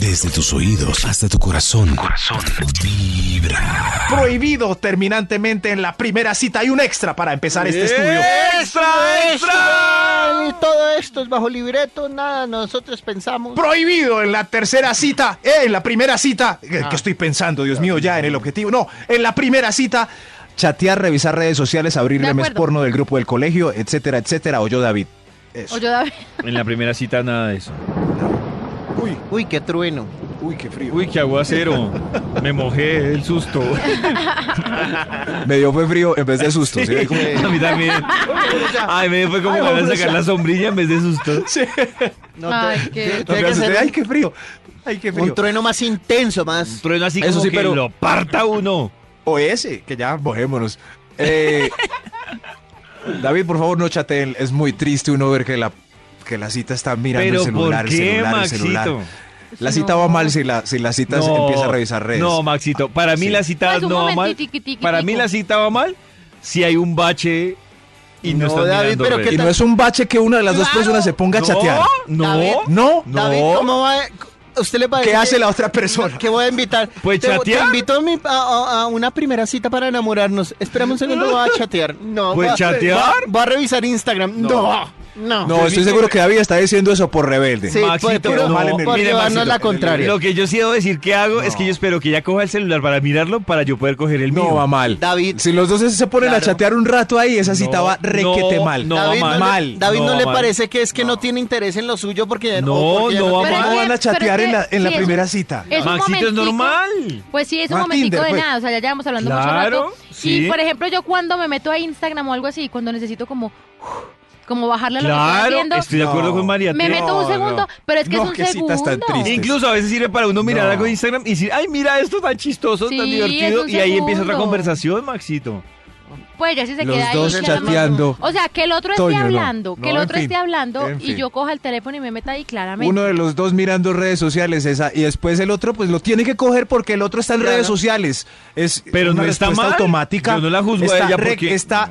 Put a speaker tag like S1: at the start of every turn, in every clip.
S1: Desde tus oídos hasta tu corazón. Corazón. Vibra.
S2: Prohibido terminantemente en la primera cita. Hay un extra para empezar este estudio.
S3: ¡Extra, extra! Y todo esto es bajo libreto, nada, nosotros pensamos.
S2: Prohibido en la tercera cita. Eh, en la primera cita. Eh,
S3: Ah.
S2: Que estoy pensando, Dios mío, ya en el objetivo. No, en la primera cita. Chatear, revisar redes sociales, abrir
S4: De
S2: memes
S4: acuerdo.
S2: porno del grupo del colegio, etcétera, etcétera. O yo, David. Eso.
S4: O yo, David.
S5: En la primera cita nada de eso.
S2: Uy,
S3: Uy, qué trueno.
S2: uy, qué frío.
S5: Uy, qué aguacero. Me mojé el susto.
S2: Me dio fue frío en vez de susto. ¿sí? Como-
S5: A mí también. Ay, me fue como
S2: Ay,
S5: ganas de
S2: vamos
S5: sacar
S2: a-
S5: la sombrilla en vez de susto.
S2: Sí.
S3: No,
S4: Ay,
S3: te-
S4: qué-
S3: tiene-
S4: No,
S3: tiene
S2: Me
S3: que
S2: asusté.
S3: ser
S2: Ay, qué frío. Ay, qué frío.
S3: un trueno más intenso, más.
S5: Trueno así
S2: Eso
S5: como
S2: sí,
S5: que
S2: pero-
S5: lo parta uno.
S2: O ese, que ya bojémonos. Eh, David, por favor, no chateen. Es muy triste uno ver que la, que la cita está mirando
S5: Pero
S2: el celular,
S5: ¿por qué,
S2: celular,
S5: Maxito?
S2: celular. La cita va mal si la, si la cita se empieza a revisar redes.
S5: No, Maxito, para mí
S2: Sí.
S5: la cita
S4: Pues, un
S5: no va
S4: momento,
S5: mal.
S4: tiqui, tiqui,
S5: Para
S4: tiqui.
S5: mí la cita va mal si hay un bache y
S3: No,
S5: no, estás
S3: David,
S5: mirando
S3: pero ¿qué
S2: y
S5: redes.
S2: no es un bache que una de las dos
S3: Claro.
S2: personas se ponga a
S5: No,
S2: chatear.
S5: No,
S3: David,
S2: No, no.
S3: David, ¿cómo va? ¿Usted le parece?
S2: ¿Qué hace
S3: que-
S2: la otra persona?
S3: Que voy a invitar.
S5: Pues
S3: te, te
S5: chatear.
S3: invito a, mi- a- a- a una primera cita para enamorarnos. Espérame un segundo, voy a chatear. No.
S5: Pues
S3: va-
S5: chatear.
S3: Va, va a revisar Instagram. No. No.
S2: No, estoy seguro que David está diciendo eso por rebelde.
S3: Sí,
S5: Maxito,
S3: por, por-
S5: no.
S3: por
S5: Mire,
S3: llevarnos
S5: Maxito,
S3: la contraria.
S5: Lo que yo sí debo decir que hago es que yo espero que ella coja el celular para mirarlo para yo poder coger el mío.
S2: No va mal.
S3: David.
S2: Si los dos se ponen
S3: Claro.
S2: a chatear un rato ahí, esa cita
S5: No,
S2: va requete
S5: no,
S2: mal.
S5: no va
S3: David,
S5: mal.
S3: no le,
S2: Mal.
S3: David, ¿no,
S5: No va
S3: le
S5: mal.
S3: parece que es que no. tiene interés en lo suyo porque
S5: No,
S3: o porque
S5: no
S3: tiene-
S5: va
S4: Pero es
S2: ¿Cómo
S4: que-
S2: van a chatear
S4: pero es
S2: en la,
S4: que
S2: en la
S4: sí, es un-
S2: primera cita?
S4: Es un
S5: Maxito, es
S4: momentico.
S5: normal.
S4: Pues sí, es un
S2: Ah,
S4: momentico
S2: Tinder,
S4: de
S2: pues.
S4: nada, o sea, ya llevamos hablando
S5: Claro,
S4: mucho rato.
S5: sí.
S4: Y por ejemplo, yo cuando me meto a Instagram o algo así, cuando necesito como como bajarle a lo que estoy
S5: Claro,
S4: haciendo,
S5: estoy de acuerdo
S2: No.
S5: con María.
S4: me
S5: Teresa.
S4: meto un
S2: No,
S4: segundo,
S2: no.
S4: pero es que
S2: No,
S4: es un
S2: qué citas tan
S4: segundo.
S2: tristes.
S5: Incluso a veces sirve para uno mirar
S2: No.
S5: algo en Instagram y decir, ay, mira, esto tan chistoso, tan
S4: Sí,
S5: divertido.
S4: es un
S5: Y ahí empieza otra
S4: segundo.
S5: conversación, Maxito.
S4: Pues ya si se
S2: Los
S4: queda ahí.
S2: dos
S4: ya no me-
S2: chateando.
S4: O sea, que el otro
S2: Toño, no.
S4: esté hablando,
S2: No,
S4: que el
S2: en
S4: otro
S2: fin,
S4: esté hablando
S2: en
S4: y
S2: fin.
S4: yo coja el teléfono y me meta ahí claramente.
S2: Uno de los dos mirando redes sociales esa y después el otro pues lo tiene que coger porque el otro está en
S3: Claro.
S2: redes sociales. Es
S5: Pero
S2: una
S5: no está
S2: respuesta
S5: mal.
S2: automática.
S5: Yo no la juzgo a
S2: está
S5: ella
S2: re-
S5: porque-
S2: está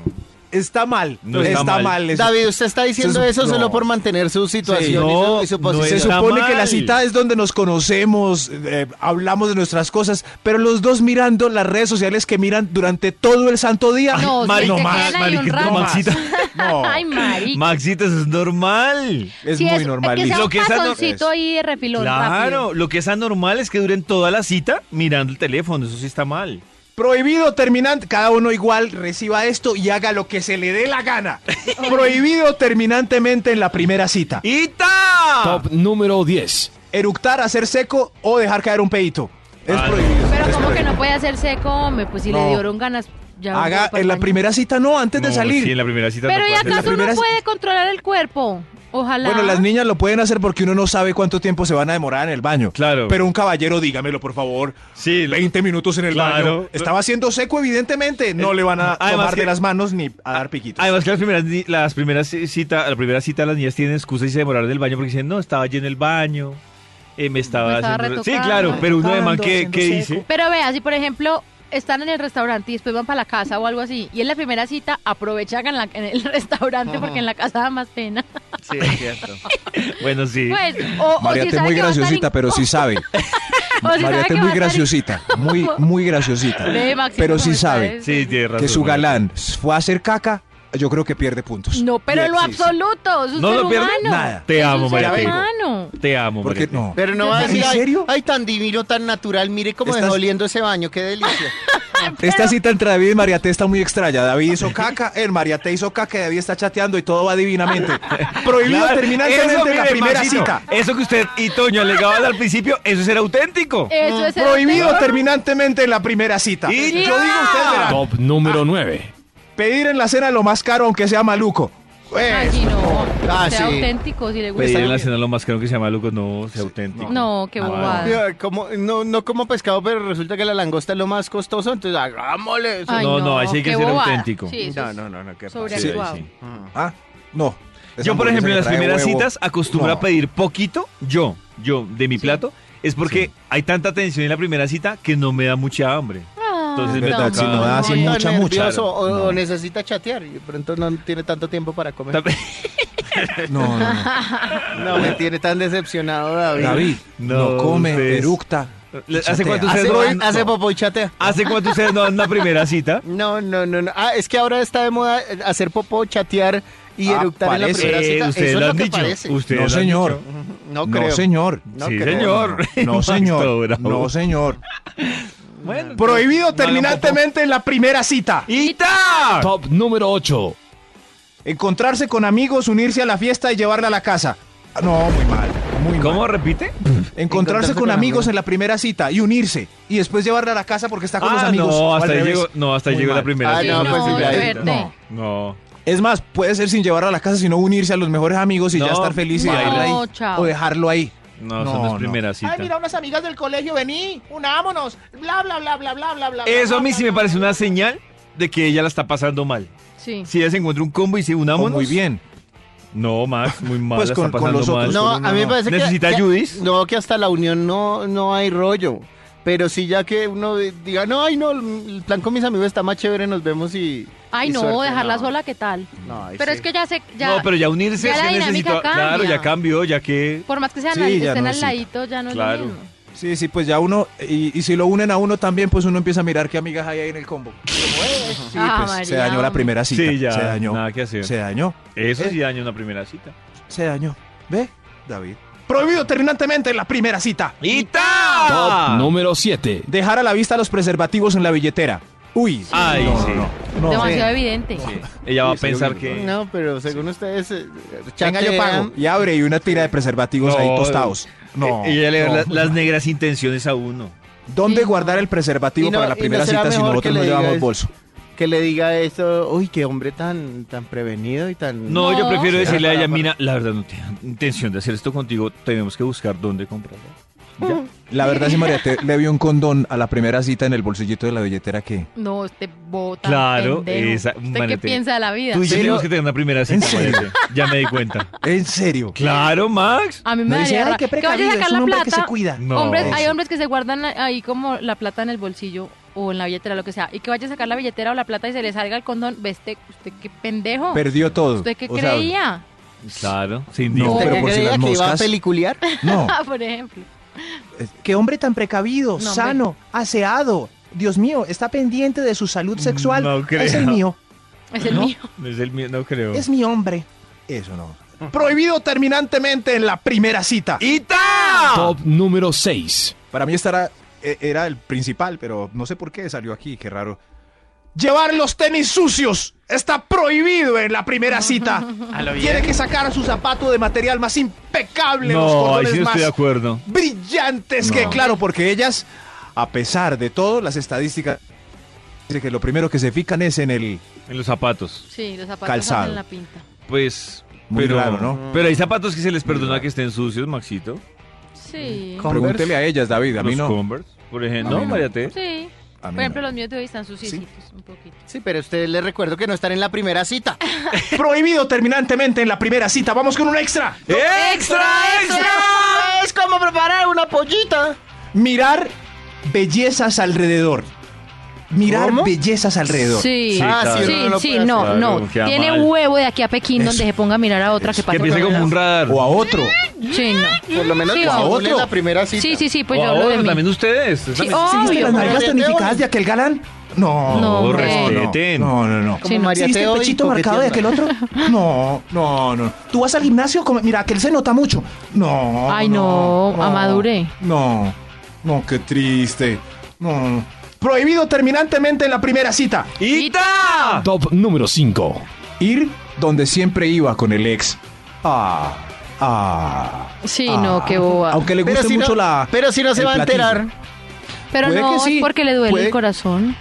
S2: está mal.
S5: No está
S2: está, mal.
S5: mal.
S2: eso.
S3: David, usted está diciendo
S2: Eso es-
S3: eso, solo
S2: no.
S3: por mantener su situación
S5: Sí.
S3: y, su,
S5: No,
S3: y su
S5: no
S2: se
S3: posición.
S5: está
S2: supone que
S5: mal.
S2: la cita es donde nos conocemos, eh, hablamos de nuestras cosas, pero los dos mirando las redes sociales que miran durante todo el santo día.
S4: No, sí,
S5: Mari-
S4: se quedan
S5: Max,
S4: ahí un
S5: Mariquita,
S4: rato.
S5: Maxito.
S2: No.
S4: Ay, marica.
S5: Maxito, eso es normal.
S2: es
S4: Sí,
S2: muy normal.
S4: Que sea
S2: listo.
S5: Lo
S4: un
S5: que es anor-
S4: pasoncito ahí de repilón
S5: Claro,
S4: rápido.
S5: lo que es anormal es que duren toda la cita mirando el teléfono, eso sí está mal.
S2: Prohibido terminante, cada uno igual reciba esto y haga lo que se le dé la gana. Prohibido terminantemente en la primera cita.
S5: ¡Ita!
S1: Top número 10.
S2: Eructar, hacer seco o dejar caer un peito. Es
S5: Ah, no.
S2: prohibido.
S4: Pero
S2: Es
S4: como que
S2: prohibido.
S4: no puede hacerse come, pues si
S2: No.
S4: le dieron ganas. Ya
S2: Haga
S4: voy para
S2: en la
S4: el baño.
S2: primera cita no, antes de
S5: No,
S2: salir.
S5: Sí, en la primera cita no
S4: Pero ¿y
S5: puede ser.
S4: acaso
S2: primera
S4: uno
S2: es-
S4: puede controlar el cuerpo? Ojalá.
S2: Bueno, las niñas lo pueden hacer porque uno no sabe cuánto tiempo se van a demorar en el baño.
S5: Claro.
S2: Pero un caballero, dígamelo, por favor.
S5: Sí, lo-
S2: 20 minutos en el
S5: Claro.
S2: baño. Estaba haciendo seco, evidentemente. No le van a
S5: Además
S2: tomar de
S5: que-
S2: las manos ni a dar piquitos.
S5: Además que las primeras, ni- las primeras citas, la primera cita las niñas tienen excusa y se demoraron del baño porque dicen, no, estaba yo en el baño, eh, me estaba,
S4: Me estaba
S5: haciendo-". Sí,
S4: retocando,
S5: claro, pero uno de man,
S2: retocando,
S5: ¿qué,
S2: haciendo
S5: qué
S2: seco.
S5: dice?
S4: Pero vea, si por ejemplo están en el restaurante y después van para la casa o algo así, y en la primera cita aprovechan en, la- en el restaurante porque en la casa da más pena.
S5: Sí, es cierto. bueno, sí.
S4: Pues, o,
S2: María
S4: o si
S2: te
S4: sabe
S2: muy
S4: que va a estar
S2: graciosita,
S4: in-
S2: pero sí sabe.
S4: o si sabe
S2: María
S4: que
S2: te
S4: va a
S2: muy
S4: estar in-
S2: graciosita. Muy, muy graciosita.
S4: Ve, Maxito,
S2: Pero
S4: ¿cómo
S2: sí
S4: está
S2: sabe
S4: eso?
S5: sí, tiene razón.
S2: que su
S5: María.
S2: galán fue a hacer caca, yo creo que pierde puntos.
S4: No, pero
S2: Sí,
S4: lo
S2: sí, sí.
S4: absoluto, es un
S5: ¿No
S4: ser
S5: lo pierdes?
S4: humano.
S2: Nada.
S5: Te
S4: Es un
S5: amo,
S4: ser
S5: María. Teresa.
S4: humano.
S5: Te amo,
S2: Porque
S5: María. Teresa.
S2: no.
S3: Pero no va a
S2: ¿En
S3: decir, ay-
S2: serio?
S3: Ay, tan divino, tan natural, mire cómo
S2: Estás-
S3: dejó oliendo ese baño, qué delicia.
S2: Esta cita entre David y María T está muy extraña. David hizo caca, el María T hizo caca, David está chateando y todo va divinamente. Prohibido
S5: Claro,
S2: terminantemente
S5: eso,
S2: en la
S5: mire,
S2: primera
S5: Maxito,
S2: cita.
S5: Eso que usted y Toño alegaban al principio, eso es ser auténtico.
S4: Eso es ser
S2: Prohibido
S4: auténtico.
S2: terminantemente en la primera cita.
S5: Y
S2: Yo digo
S5: ya.
S2: usted, verá,
S1: Top número 9.
S2: pedir en la cena lo más caro aunque sea maluco.
S4: Ay, sí, no.
S3: Pues, Ah,
S4: sea
S3: sí.
S4: auténtico si le
S5: Pedir en
S4: gusta.
S5: la cena lo más caro que se llama Lucas, no, sea auténtico. Ah,
S4: No,
S2: Ah,
S4: qué bobada.
S3: Mira, como- no, no como pescado, pero resulta que la langosta es lo más costoso, entonces hagámosle eso.
S4: Ay,
S5: No, no, ahí sí hay que
S4: qué
S5: ser
S4: bobada.
S5: auténtico.
S4: Sí, eso es-
S3: no, no, qué
S4: sobre-
S5: Sí, ahí
S4: Wow.
S5: sí.
S2: Ah, no. Esa
S5: Yo, por ejemplo, en las
S2: hamburguesa que trae
S5: primeras
S2: huevo.
S5: citas acostumbro a
S2: No.
S5: pedir poquito, yo, yo, de mi plato, es porque hay tanta tensión en la primera cita que no me da mucha hambre. Entonces
S4: Ay,
S5: me
S2: verdad,
S5: toca-
S2: si no da así
S3: Está
S2: mucha, mucha.
S3: nervioso, O, o
S5: No.
S3: necesita chatear y de pronto no tiene tanto tiempo para comer.
S5: También-
S2: No, no, no.
S3: No, me tiene tan decepcionado, David.
S2: David, no,
S5: No,
S2: come,
S5: ustedes-
S2: eructa.
S5: Le- ¿hace
S2: chatea.
S5: cuánto
S3: ¿Hace,
S5: Ustedes no han-
S3: hace popó y chatea.
S5: ¿Hace cuánto ustedes no dan una primera cita?
S3: No, no, no, no. Ah, es que ahora está de moda eh, hacer popó, chatear y
S2: Ah,
S3: eructar en la
S2: parece.
S3: primera
S5: Eh,
S3: cita. Eso
S5: ustedes
S3: es
S5: lo
S3: lo
S5: han
S3: que
S5: dicho.
S3: parece.
S5: Ustedes
S2: No,
S5: lo han
S2: señor.
S5: dicho.
S3: No
S2: No,
S3: creo.
S2: señor.
S3: No
S5: sí,
S3: creo.
S5: señor.
S2: No,
S5: Max todo
S2: señor.
S5: bravo.
S2: No, señor.
S5: Bueno,
S2: Prohibido terminantemente en la primera cita.
S5: ¡Ita!
S1: Top número 8.
S2: Encontrarse con amigos, unirse a la fiesta y llevarla a la casa. Ah, No, muy mal. Muy mal.
S5: ¿Cómo repite?
S2: Encontrarse con
S3: con
S2: amigos
S3: amigos.
S2: en la primera cita y unirse. Y después llevarla a la casa porque está con los
S5: Ah,
S2: amigos.
S5: no,
S2: o al
S5: hasta ahí
S2: revés.
S5: llegó, no, hasta ahí
S2: Muy
S5: llegó la
S2: mal.
S5: primera.
S3: Ah,
S5: cita.
S3: no,
S4: no,
S3: pues sí, ya
S4: suerte.
S3: está.
S5: No, no.
S2: Es más, puede ser sin llevarla a la casa, sino unirse a los mejores amigos y
S5: No,
S2: ya estar feliz y
S5: no,
S2: bailar ahí.
S4: chao.
S2: O dejarlo ahí.
S5: No,
S2: No,
S5: eso no es
S2: no.
S5: primera cita.
S3: unas amigas del colegio, vení, unámonos, bla, bla, bla, bla, bla, bla, bla.
S5: Eso a mí sí me parece una señal de que ella la está pasando mal.
S4: Sí.
S5: Si ella se encuentra un combo y se
S2: O
S5: unamos.
S2: muy bien.
S5: No, Max, muy mal.
S2: Pues
S5: la
S2: con-
S5: está
S2: con
S5: pasando
S2: los otros.
S3: No,
S5: mal.
S2: Solo
S3: a
S2: uno
S3: mí me
S2: no.
S3: parece que-
S5: ¿Necesita
S3: que...
S5: ayudis?
S3: No, que hasta la unión no, no hay rollo. Pero sí ya que uno diga, no, ay, no, el plan con mis amigos está más chévere, nos vemos y...
S4: Ay,
S3: y
S4: no,
S3: suerte,
S4: dejarla
S3: no.
S4: sola, ¿qué tal?
S3: No, ahí
S4: Pero
S3: sí.
S4: es que ya se. Ya,
S5: No, pero ya unirse
S4: ya
S5: es
S4: la
S5: que
S4: dinámica
S5: necesito. Claro,
S4: cambia.
S5: ya cambió, ya que.
S4: Por más que sean
S2: Sí,
S4: al-
S2: ya
S4: estén
S2: no
S4: al
S2: es cita.
S4: ladito, ya no
S5: Claro.
S4: es lo mismo.
S2: Sí, sí, pues ya uno, y, y si lo unen a uno también, pues uno empieza a mirar qué amigas hay ahí en el combo. Sí,
S4: Ah,
S2: pues,
S4: María,
S2: se dañó la
S4: hombre.
S2: primera cita.
S5: Sí, ya.
S2: Se dañó.
S5: Nada que hacer.
S2: Se dañó.
S5: Eso sí daña una primera cita.
S2: Se dañó. ¿Ve, David? Prohibido terminantemente en la primera cita.
S1: Top
S5: ¡Ita!
S1: número 7.
S2: Dejar a la vista los preservativos en la billetera. Uy.
S5: Ay,
S2: no,
S5: Ah, sí.
S2: no, no, no.
S4: Demasiado evidente.
S5: Ella va a
S2: Sí, sí,
S5: pensar
S2: sí,
S5: que.
S3: No, pero según ustedes, eh,
S2: Venga, yo
S3: chatean.
S2: pago. Y abre y una tira de preservativos
S5: No.
S2: ahí tostados. No.
S5: Eh, Ella le ve
S2: no.
S5: la- las negras intenciones a uno.
S2: ¿Dónde
S4: Sí,
S2: guardar
S4: no.
S2: el preservativo
S3: Y no-
S2: para la
S3: y no
S2: primera
S3: será
S2: cita si
S3: mejor que
S2: nosotros
S3: le
S2: no
S3: diga
S2: llevamos
S3: eso.
S2: bolso?
S3: que le diga esto, uy, qué hombre tan, tan prevenido y tan...
S5: No, yo
S4: No.
S5: prefiero
S3: Sí,
S5: decirle a
S3: para-
S5: ella,
S3: para-
S5: mira, la verdad no tengo intención de hacer esto contigo, tenemos que buscar dónde comprarlo.
S2: Ya. La verdad, sí, María, te- le vio un condón a la primera cita en el bolsillito de la billetera que.
S4: No, este bota.
S5: Claro,
S4: pendejo.
S5: esa-
S4: ¿Usted qué
S5: manete.
S4: piensa de la vida?
S5: Tú y yo
S2: Pero-
S5: tenemos que tener una primera cita,
S2: serio?
S5: parece. Ya me di cuenta.
S2: ¿En serio?
S5: Claro, Max.
S4: A mí me
S2: No dice,
S4: daría
S2: ay,
S4: ra-
S2: qué
S4: que vaya
S2: precavido,
S4: a
S2: es
S4: sacar
S2: un
S4: la
S2: hombre que
S4: plata.
S2: se cuida.
S5: No.
S4: Hombres- hay
S2: Eso.
S4: hombres que se guardan ahí como la plata en el bolsillo o en la billetera, lo que sea, y que vaya a sacar la billetera o la plata y se le salga el condón. Veste, usted qué pendejo.
S2: Perdió todo.
S4: ¿Usted qué
S2: O sea,
S4: creía?
S5: Claro, se
S2: No,
S5: indignó.
S3: ¿Usted
S2: pero
S3: qué
S2: por si
S3: creía
S2: las
S3: que iba a
S2: moscas.
S3: peliculear?
S2: No.
S4: Por ejemplo.
S2: Qué hombre tan precavido,
S4: hombre.
S2: sano, aseado. Dios mío, está pendiente de su salud sexual.
S5: Mm, No creo.
S2: Es el mío,
S4: Es el
S5: ¿No?
S4: mío.
S5: No es el mío, no creo.
S2: es mi hombre. Eso no. Prohibido terminantemente en la primera cita.
S5: ¡Ita!
S1: Top número 6.
S2: Para mí estará e, era el principal, pero no sé por qué salió aquí, qué raro. Llevar los tenis sucios está prohibido en la primera cita. Tiene que sacar su zapato de material más impecable, los
S5: No, ahí
S2: cordones
S5: sí no
S2: más
S5: estoy de acuerdo.
S2: brillantes que
S5: No.
S2: claro, porque ellas, a pesar de todo, las estadísticas dicen que lo primero que se fijan es en el
S5: En los zapatos.
S4: Sí, los zapatos
S2: Calzado.
S4: hacen la pinta.
S5: Pues.
S2: Muy
S5: pero,
S2: raro, ¿no?
S5: Pero hay zapatos que se les perdona que estén sucios, Maxito.
S2: Mm.
S4: Sí.
S3: Converse.
S2: Pregúntele a ellas, David, a mí
S5: los
S2: no.
S5: Converse, por ejemplo.
S2: A
S5: No,
S2: mí no.
S5: Mariate.
S4: Sí.
S2: ¿Eh? A mí
S4: Por ejemplo,
S2: no.
S4: los míos de hoy están suciecitos un poquito.
S3: Sí, pero a ustedes les recuerdo que no están en la primera cita.
S2: Prohibido terminantemente en la primera cita. Vamos con un extra.
S5: ¡Extra, extra!
S3: es como preparar una pollita.
S2: Mirar bellezas alrededor. Mirar
S3: ¿Cómo?
S2: bellezas alrededor.
S4: Sí.
S5: Sí,
S3: Ah, sí,
S5: claro.
S3: uno
S4: Sí,
S3: no lo
S4: sí,
S3: puede
S4: no,
S5: hacer.
S4: no.
S5: Claro, queda
S4: Tiene
S5: mal.
S4: huevo de aquí a Pekín donde se ponga a mirar a otra que
S5: Que
S4: pasa.
S5: empiece como un radar.
S2: O a otro.
S4: Sí, no.
S3: Por lo menos
S4: Sí,
S3: que
S4: o-
S3: se burle en
S2: otro.
S3: la primera cita.
S4: Sí, sí, sí, pues
S5: O
S4: yo
S5: a
S4: hablo de
S5: otro,
S4: mí.
S5: también ustedes.
S4: Sí,
S5: también-
S2: ¿Sí viste
S4: obvio,
S2: las
S4: pero-
S2: nalgas
S3: Pero-
S2: tonificadas de aquel galán? No,
S4: No,
S2: no,
S5: respeten.
S2: No, no, no.
S3: Como
S4: Sí, no.
S3: María
S2: ¿Sí viste el
S3: Teo y
S2: pechito marcado de aquel
S3: coqueteando.
S2: otro? No, no, no. Tú vas al gimnasio, como- mira, aquel se nota mucho. No.
S4: Ay, no, amaduré.
S2: No, no, qué triste. No. Prohibido terminantemente en la primera cita.
S5: ¡Ita!
S1: Top número 5.
S2: Ir donde siempre iba con el ex. Ah, ah.
S4: Sí,
S2: ah.
S4: no, qué boba.
S2: Aunque le
S3: Pero
S2: guste
S3: si no-
S2: mucho la.
S3: Pero si no se
S2: el
S3: va a
S2: platillo.
S3: enterar.
S4: Pero
S2: puede
S4: no,
S2: que sí,
S4: es porque le duele
S2: puede-
S4: el corazón.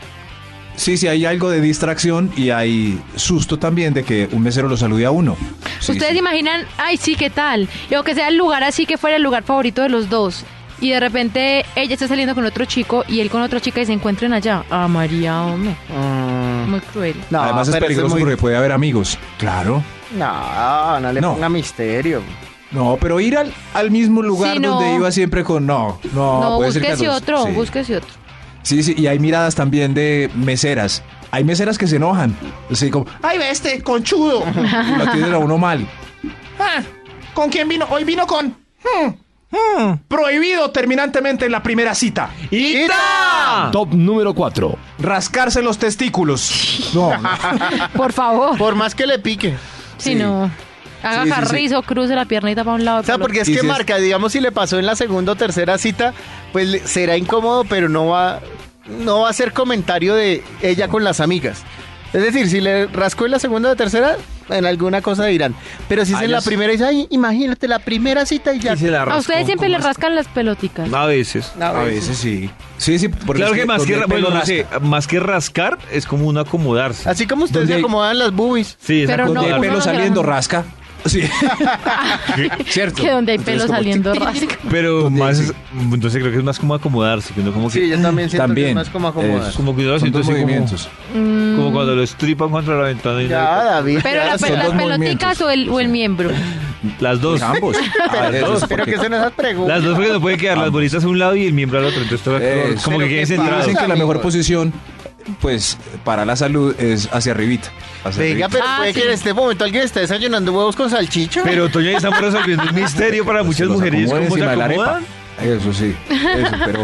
S2: Sí, sí, hay algo de distracción y hay susto también de que un mesero lo salude a uno. Sí,
S4: Ustedes
S2: sí.
S4: imaginan, ay, sí, qué tal. Y aunque sea el lugar así que fuera el lugar favorito de los dos. Y de repente ella está saliendo con otro chico y él con otra chica y se encuentran allá. Ah, María, hombre,
S3: Mm,
S4: muy cruel.
S3: No,
S2: Además es
S3: pero eso
S2: peligroso
S3: muy-
S2: porque puede haber amigos. Claro.
S3: No, no le
S2: No.
S3: ponga misterio.
S2: No, pero ir al, al mismo lugar
S4: Sí, no.
S2: donde iba siempre con... No, no,
S4: No,
S2: Ah, puede ser que a
S4: búsquese
S2: los-
S4: otro,
S2: sí.
S4: búsquese otro.
S2: Sí, sí, y hay miradas también de meseras. Hay meseras que se enojan. Así como, ¡ay, ve este conchudo! Y Lo tienen a uno mal. Ah, ¿Con quién vino? Hoy vino con. Hmm, hmm. Prohibido terminantemente en la primera cita.
S5: ¡Ita!
S6: Top número 4.
S2: Rascarse los testículos. No. no.
S4: Por favor.
S3: Por más que le pique.
S4: Si no.
S2: Sí,
S4: Haga
S2: sí, sí.
S4: carrizo, cruce la piernita para un lado.
S3: O sea,
S4: para el
S3: porque es
S2: Y
S3: que
S2: si es-
S3: marca, digamos, si le pasó en la segunda o tercera cita, pues le- será incómodo, pero no va, no va a ser comentario de ella con las amigas. Es decir, si le rascó en la segunda o tercera, en alguna cosa dirán. Pero si es
S5: Ah,
S3: en
S5: yo
S3: la
S5: sé.
S3: primera, dice, ay, imagínate, la primera cita y ya.
S5: Y se la
S4: otro. A ustedes
S5: rascó,
S4: siempre le
S5: ¿cómo así?
S4: rascan las peloticas.
S5: A veces.
S3: A
S2: A
S3: veces.
S2: veces sí. Sí, sí. porque
S5: claro
S2: es
S5: que, más,
S2: donde
S5: que,
S2: el
S5: ra- bueno,
S2: pelo
S5: no sé,
S2: rasca.
S5: más que rascar es como un acomodarse.
S3: Así como ustedes
S2: ¿Dónde
S3: se
S2: hay-
S3: acomodan las boobies.
S5: Sí, es
S4: Pero no,
S2: Donde
S5: acomodar.
S2: el
S4: uno
S2: pelo
S4: no se
S2: saliendo
S4: baja.
S2: rasca. Sí. Cierto.
S4: Que donde hay
S2: Entonces,
S4: pelo
S2: como-
S4: saliendo rasca.
S5: Pero
S2: Donde-
S5: más,
S2: sí.
S5: entonces creo que es más como acomodarse, que uno como que...
S3: Sí, yo también siento que es
S2: También.
S3: más como acomodar.
S2: Eso.
S5: Como que uno lo
S2: Son
S5: siente
S2: dos
S5: así como-
S2: movimientos.
S5: como, cuando lo estripan contra la ventana. Y
S3: Ya, David.
S4: Pero
S3: ya,
S4: la-
S3: son
S4: las
S3: dos-
S4: peloticas o el, o el miembro.
S5: Las dos.
S2: Ambos. Ah,
S5: Pero-
S2: eso es
S3: Pero
S2: porque-
S3: que son esas preguntas.
S5: Las dos porque no pueden quedar las bolitas a un lado y el miembro al otro. Entonces todo-
S2: Eh,
S5: como
S3: pero
S5: que queden
S3: qué
S5: centrados.
S2: Dicen que la mejor
S3: amigos.
S2: posición, pues, para la salud es hacia arribita. hacia
S3: Venga,
S2: arribita.
S3: pero
S4: Ah,
S3: puede
S4: sí.
S3: que en este momento alguien está desayunando huevos con salchicha.
S5: Pero Toño y estamos resolviendo un misterio para
S2: Pues
S5: muchas
S2: Los
S5: mujeres.
S2: acomodan
S5: ¿Cómo se
S2: encima de la arepa.
S5: acomodan?
S2: Eso sí, eso, pero...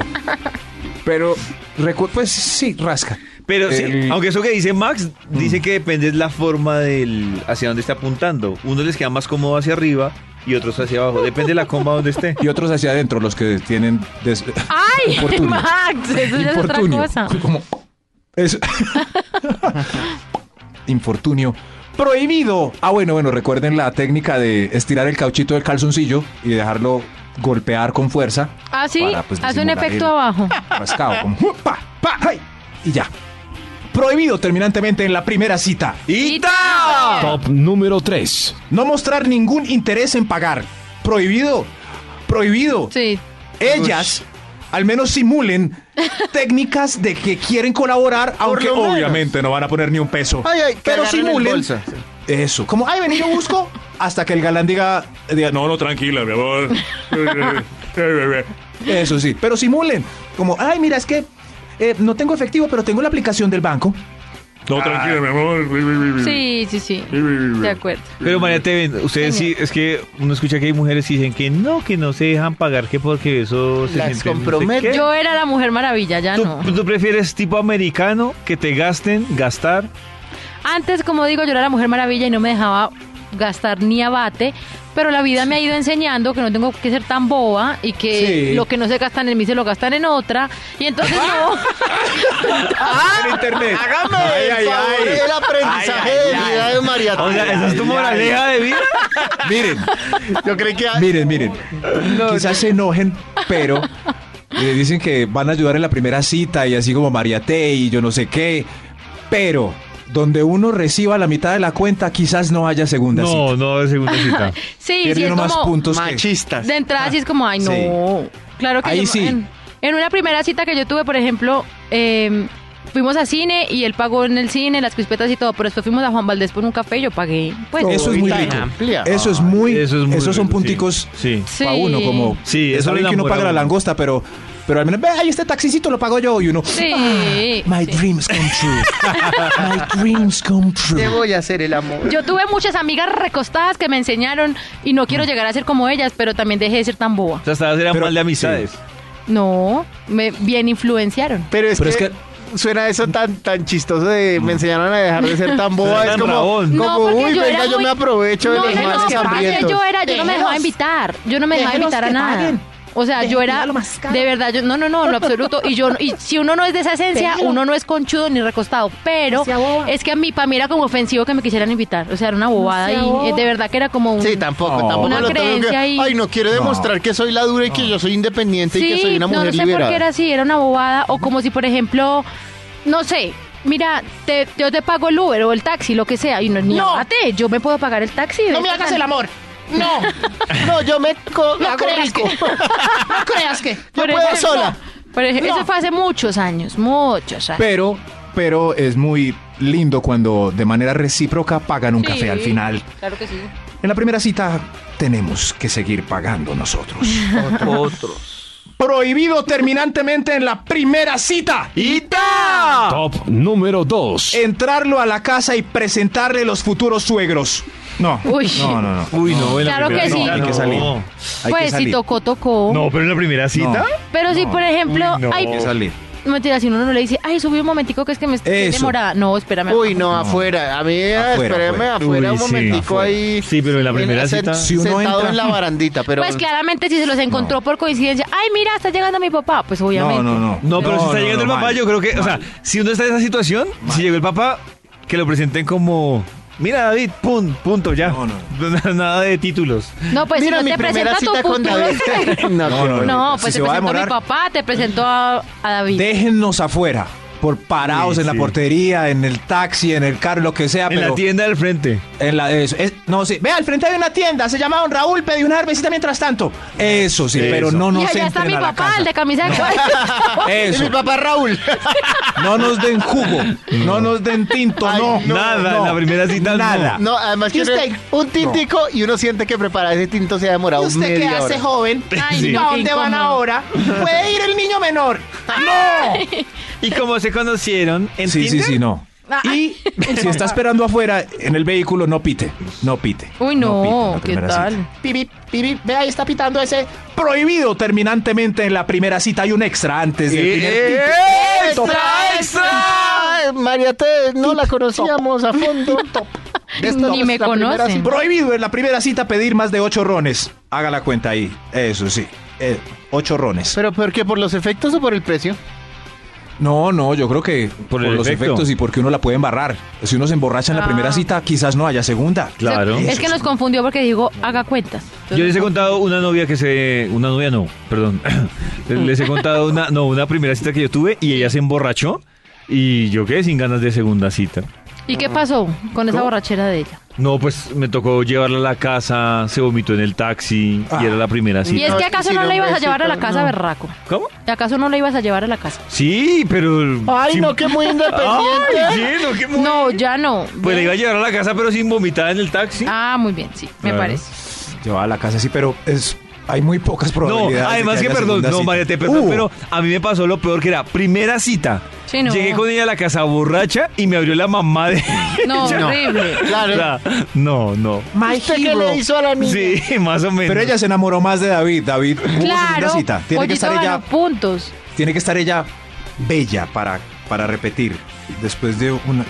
S2: Pero, recu- pues sí, rasca.
S5: Pero sí,
S2: El-
S5: aunque eso que dice Max, dice que depende es la forma del hacia dónde está apuntando. Uno les queda más cómodo hacia arriba y otros hacia abajo. Depende de la comba donde esté.
S2: Y otros hacia adentro, los que tienen... des-
S4: ¡Ay,
S2: Infortunio.
S4: Max! Eso ya es otra
S2: Infortunio.
S4: cosa.
S2: Como- es- Infortunio. Prohibido. Ah, bueno, bueno, recuerden la técnica de estirar el cauchito del calzoncillo y dejarlo golpear con fuerza.
S4: Ah, sí,
S2: Para, pues,
S4: hace un
S2: disimular
S4: efecto
S2: el-
S4: abajo.
S2: rascado, como ¡uh! pa, pa, ay, y ya. Prohibido terminantemente en la primera cita.
S5: ¡Ita!
S6: Top número 3.
S2: No mostrar ningún interés en pagar. Prohibido. Prohibido.
S4: Sí.
S2: Ellas al menos simulen técnicas de que quieren colaborar, aunque
S3: lo menos.
S2: obviamente no van a poner ni un peso.
S3: Ay, ay, que
S2: pero
S3: agarren el
S2: simulen.
S3: bolso.
S2: Eso. Como, ay, vení, yo busco. Hasta que el galán diga, diga, no, no, tranquila, mi amor. Eso sí, pero simulen. Como, ay, mira, es que eh, no tengo efectivo, pero tengo la aplicación del banco.
S7: No, tranquila, mi
S2: Mm.
S7: amor.
S4: Sí, sí, sí. De acuerdo.
S5: Pero María Teven, ustedes sí, es que uno escucha que hay mujeres que dicen que no, que no se dejan pagar, que porque eso se
S3: Las
S5: sienten no sé
S3: compromete.
S5: qué.
S4: Yo era la mujer maravilla, ya
S5: ¿Tú,
S4: no.
S5: tú prefieres tipo americano que te gasten, gastar?
S4: Antes, como digo, yo era la mujer maravilla y no me dejaba gastar ni abate, pero la vida me ha ido enseñando que no tengo que ser tan boba y que
S2: Sí.
S4: lo que no se gastan en mí se lo gastan en otra. Y entonces no.
S3: Ah.
S2: En internet.
S3: Hágame
S2: Ay,
S3: el,
S2: ay,
S3: favor,
S2: ay.
S3: el aprendizaje de vida de María
S5: O sea, esa es tu
S3: Ay,
S5: moraleja de vida.
S2: Miren,
S3: ay. Yo creí que...
S2: miren, miren. Quizás se enojen, pero le dicen que van a ayudar en la primera cita y así como María T y yo no sé qué. Pero donde uno reciba la mitad de la cuenta, quizás no haya segunda cita.
S5: No, no, de segunda cita.
S4: Sí, sí,
S2: Pierde
S4: es
S2: uno más
S4: como.
S2: puntos Ah, que-
S3: Machistas.
S4: De entrada, sí es como, ay, no.
S2: Sí.
S4: Claro que
S2: Ahí
S4: yo-
S2: sí.
S4: En, en una primera cita que yo tuve, por ejemplo, eh, fuimos a cine y él pagó en el cine, las crispetas y todo, pero después fuimos a Juan Valdés por un café y yo pagué. Pues,
S2: Eso es muy
S3: tan
S2: rico.
S3: amplia.
S2: Eso es muy,
S5: Eso es muy
S2: esos son
S5: rico, sí.
S2: punticos
S5: Sí.
S4: Sí.
S2: para uno como
S5: Sí, eso
S2: está bien
S5: lo
S2: que uno
S5: enamora
S2: paga
S5: a
S2: la
S5: uno.
S2: langosta, pero pero al menos ve ahí este taxicito lo pago yo y uno
S4: Sí.
S3: Ah,
S2: My
S4: sí.
S2: dreams come true. My dreams come true.
S3: Te voy a hacer el amor.
S4: Yo tuve muchas amigas recostadas que me enseñaron y no
S3: Mm.
S4: quiero llegar a ser como ellas, pero también dejé de ser tan boba.
S5: O sea, hasta era
S2: Pero-
S5: mal de amistades.
S4: No, me bien influenciaron.
S3: Pero es,
S2: Pero
S3: que,
S2: es
S3: suena eso tan, tan chistoso de me enseñaron a dejar de ser tan boba.
S5: Suena
S3: es
S5: tan
S3: como,
S5: rabón.
S3: como
S4: no, porque
S3: uy,
S4: yo
S3: venga,
S4: era
S3: yo
S4: muy-
S3: me aprovecho de
S4: no,
S3: los
S4: no,
S3: malos
S4: no, aparte
S3: hambrientos.
S4: yo era, yo no me dejaba invitar, yo no me dejaba invitar a nada. O sea, yo era de verdad, yo no, no, no, en lo absoluto. Y yo, y si uno no es de esa esencia, uno no es conchudo ni recostado. Pero es que a mí, para mí era como ofensivo que me quisieran invitar. O sea, era una bobada y eh, de verdad que era como un.
S3: Sí, tampoco,
S2: No.
S3: tampoco
S4: Una
S3: lo tengo que-
S4: creencia ahí.
S3: Ay, no quiero
S2: Oh.
S3: demostrar que soy la dura y que yo soy independiente y que soy una
S4: no,
S3: mujer
S4: no sé por
S3: liberada.
S4: qué era así, era una bobada. O como si, por ejemplo, no sé, mira, te, yo te pago el Uber o el taxi, lo que sea. Y no, ni abate, yo me puedo pagar el taxi.
S8: No
S4: vete
S8: me hagas
S4: tan-
S8: el amor. No,
S3: No, yo me co-
S8: No
S3: hago
S8: creas
S3: rico.
S8: no creas que.
S3: Yo
S4: Por
S3: puedo
S4: ejemplo,
S3: sola.
S4: por ejemplo, Eso fue hace muchos años, muchos años.
S2: Pero pero es muy lindo cuando de manera recíproca pagan un café al final.
S4: Claro que sí.
S2: En la primera cita tenemos que seguir pagando nosotros.
S5: Otros.
S2: Prohibido terminantemente en la primera cita.
S5: ¡Ita!
S6: Top número 2.
S2: Entrarlo a la casa y presentarle los futuros suegros. No.
S4: Uy.
S2: No, no, no.
S5: Uy, no, en la
S4: Claro que
S5: primera
S4: sí.
S5: cita
S2: Hay que
S5: no.
S2: salir. Hay que
S4: Pues si
S2: salir.
S4: tocó, tocó.
S5: No, pero en la primera cita.
S4: Pero si, por ejemplo,
S5: Uy, no.
S4: ay,
S2: Hay que salir.
S4: mentira, si uno no le dice, ay, subí un momentico que es que me estoy
S2: Eso.
S4: demorada. No, espérame.
S3: Uy, no, afuera. A mí,
S2: Afuera,
S3: espéreme
S2: afuera.
S3: afuera,
S5: Uy,
S3: un
S5: sí,
S3: momentico
S5: afuera.
S3: ahí.
S5: Sí, pero en la primera
S3: sen-
S5: cita-
S2: Si uno
S3: sentado
S2: entra-
S3: en la barandita, pero.
S4: Pues claramente si se los encontró por coincidencia, ay, mira, está llegando mi papá. Pues obviamente.
S2: No, no, no.
S5: No, pero si está llegando el papá,
S2: mal.
S5: yo creo que, o sea, si uno está en esa situación, si llegó el papá, que lo presenten como, mira David, pum, punto, ya.
S2: No,
S5: Nada de títulos.
S4: No, pues
S3: Mira,
S4: si no
S3: mi
S4: te
S3: primera
S4: presenta tu
S3: cita con
S4: futuro.
S3: David. no,
S2: No,
S3: qué
S2: no,
S4: No,
S2: Si
S4: pues
S2: se
S4: te
S2: va a
S4: presento a mi
S2: demorar-
S4: papá, te presento a, a David.
S2: Déjennos afuera. Por parados
S5: Sí,
S2: en la
S5: sí.
S2: portería, en el taxi, en el carro, lo que sea.
S5: en
S2: Ah, pero
S5: la tienda del frente.
S2: En la, eso, es- no, sí. Vea, al frente hay una tienda. Se llama Don Raúl. Pedí una cervecita mientras tanto. Eso sí,
S5: Eso.
S2: pero no
S4: y
S2: nos
S4: allá está
S2: entren
S4: mi
S2: a la
S4: papá,
S2: casa.
S4: el de camisa de cuadros.
S3: Y mi
S2: Eso.
S3: papá Raúl.
S2: No nos den jugo. No nos den tinto.
S3: Ay,
S2: no.
S3: no,
S5: nada, en la primera cita
S2: Nada.
S3: No, además
S8: ¿Y
S3: que
S8: usted?
S3: uno- un tintico y uno siente que preparar ese tinto se ha demorado
S8: ¿Y usted qué
S3: media
S8: hace,
S3: hora.
S8: joven?
S4: Ay,
S5: Sí.
S8: ¿A
S4: no, qué
S8: dónde van
S4: incómodo. Ah.
S8: ahora? ¿Puede ir el niño menor?
S5: ¿Y cómo se conocieron? ¿En
S2: Sí, sí,
S5: Tinder?
S2: sí, no.
S4: Ah,
S2: Y si está esperando afuera en el vehículo, no pite. No pite.
S4: Uy,
S2: No pite en
S4: no,
S2: la
S4: ¿qué
S2: primera
S4: tal?
S2: cita.
S8: Pipi, pipi, ve ahí está pitando ese.
S2: Prohibido terminantemente en la primera cita. Hay un extra antes del primer tinte.
S5: Eh,
S3: ¡Extra, extra! María T, no la conocíamos a fondo. Esta
S4: Ni
S3: es
S4: me
S3: la primera
S4: conocen.
S3: cita.
S2: Prohibido en la primera cita pedir más de ocho rones. Haga la cuenta ahí. Eso sí. Eh, ocho rones.
S3: ¿Pero por qué? ¿Por los efectos o por el precio?
S2: No, no, yo creo que por,
S5: el
S2: los
S5: efecto.
S2: efectos y porque uno la puede embarrar. Si uno se emborracha en la
S4: Ah.
S2: primera cita, quizás no haya segunda.
S5: Claro.
S4: Es que nos confundió porque digo, haga cuentas.
S5: Yo les he contado una novia que se... Una novia no, perdón. les he contado una... No, una primera cita que yo tuve y ella se emborrachó y yo quedé sin ganas de segunda cita.
S4: ¿Y
S5: "Ah".
S4: qué pasó con esa borrachera de ella?
S5: No, pues me tocó llevarla a la casa, se vomitó en el taxi
S2: Ah.
S5: y era la primera
S4: Y
S5: cita.
S4: es que acaso no
S3: hicieron
S4: la ibas a llevar a la
S3: besito,
S4: casa,
S3: no.
S4: berraco.
S5: ¿Cómo?
S4: ¿Y acaso no la ibas a llevar a la casa?
S5: Sí, pero...
S3: ¡Ay,
S5: sin-
S3: no, que muy independiente!
S5: Ay, sí, no, qué mu-
S4: No, ya no.
S5: Pues la iba a llevar a la casa, pero sin vomitar en el taxi.
S4: Ah, muy bien, sí, me
S5: Claro.
S4: parece.
S2: Llevaba a la casa sí, pero es, hay muy pocas
S5: no,
S2: probabilidades. de
S5: además que,
S2: haya
S5: perdón,
S2: segunda
S5: no,
S2: cita.
S5: María, te perdón,
S2: Uh,
S5: pero a mí me pasó lo peor que era primera cita.
S4: Sí, no.
S5: Llegué con ella a la casa borracha y me abrió la mamá de.
S4: No,
S5: ella.
S4: horrible.
S5: O
S3: Claro.
S5: sea, no, no.
S3: ¿Usted qué le hizo a la niña?
S5: Sí, más o menos.
S2: Pero ella se enamoró más de David. David, hubo segunda
S4: Claro,
S2: cita. Tiene que
S4: Pollito
S2: estar
S4: ganó
S2: ella,
S4: puntos.
S2: tiene que estar ella bella para, para repetir después de una.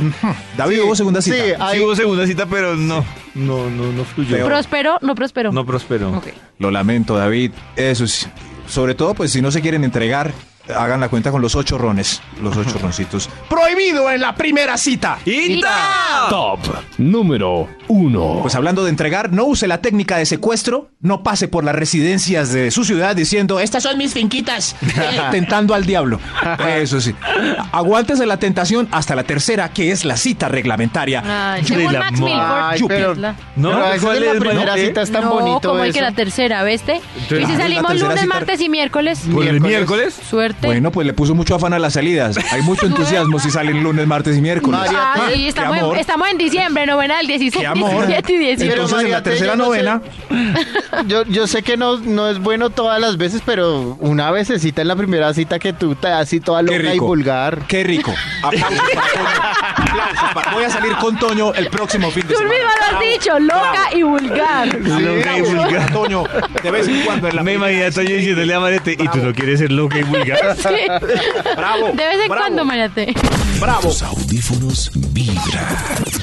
S2: David
S3: Sí,
S2: hubo segunda cita.
S3: sí.
S5: Sí
S3: Ay.
S5: hubo segunda cita, pero no. No, no, no fluyó.
S2: Peor.
S4: ¿Prosperó? No prosperó.
S5: No prosperó.
S4: Ok.
S2: Lo lamento, David. Eso sí. Sobre todo, pues si no se quieren entregar, hagan la cuenta con los ocho rones, los ocho roncitos.
S8: Prohibido en la primera cita.
S5: ¡Ita!
S6: Top número 1.
S2: Pues hablando de entregar, no use la técnica de secuestro, no pase por las residencias de su ciudad diciendo
S8: Estas son mis finquitas.
S2: "Eh", tentando al diablo. Eso sí. Aguántese la tentación hasta la tercera, que es la cita reglamentaria.
S4: Ay, según
S5: la
S4: Max
S5: ma-
S4: Milford.
S3: Ay,
S2: Yupi.
S3: pero,
S4: La-
S5: No,
S3: no, pero a veces
S5: ¿cuál
S3: en la
S5: es,
S3: primera
S5: María?
S3: cita es tan
S4: no,
S3: bonito
S4: como el
S3: eso.
S4: que la tercera, ¿viste?
S5: Entonces,
S4: y si
S2: la
S4: salimos
S2: tercera
S4: lunes,
S2: cita-
S4: martes y miércoles,
S5: ¿Por el
S3: Miércoles.
S5: miércoles?
S4: suerte.
S2: Bueno, pues le puso mucho afán a las salidas. Hay mucho entusiasmo si salen lunes, martes y miércoles.
S3: María,
S4: Ay,
S2: qué
S4: estamos, en,
S2: amor.
S4: estamos en diciembre, novena del 16,
S2: Qué amor.
S4: 17 y 18.
S2: Entonces en
S3: María,
S2: la
S3: te-
S2: tercera
S3: yo no sé-
S2: novena.
S3: Yo, yo sé que no, no es bueno todas las veces, pero una vececita en la primera cita que tú te das así toda
S2: Qué
S3: loca y
S2: rico.
S3: vulgar.
S2: Qué rico. Aplausos para Toño. Aplausos para- Voy a salir con Toño el próximo fin de
S4: Tú
S2: semana.
S4: mismo lo has dicho, loca y vulgar.
S5: Loca y
S2: Aplausos para
S5: vulgar.
S2: Toño, de vez en cuando en la
S5: Me
S2: primera
S5: imaginé a Toño diciéndole a Marete, y tú no quieres ser loca y vulgar.
S2: Bravo.
S4: De vez en
S2: bravo,
S4: cuando, Mariate.
S2: Bravo.
S1: Tus audífonos vibran.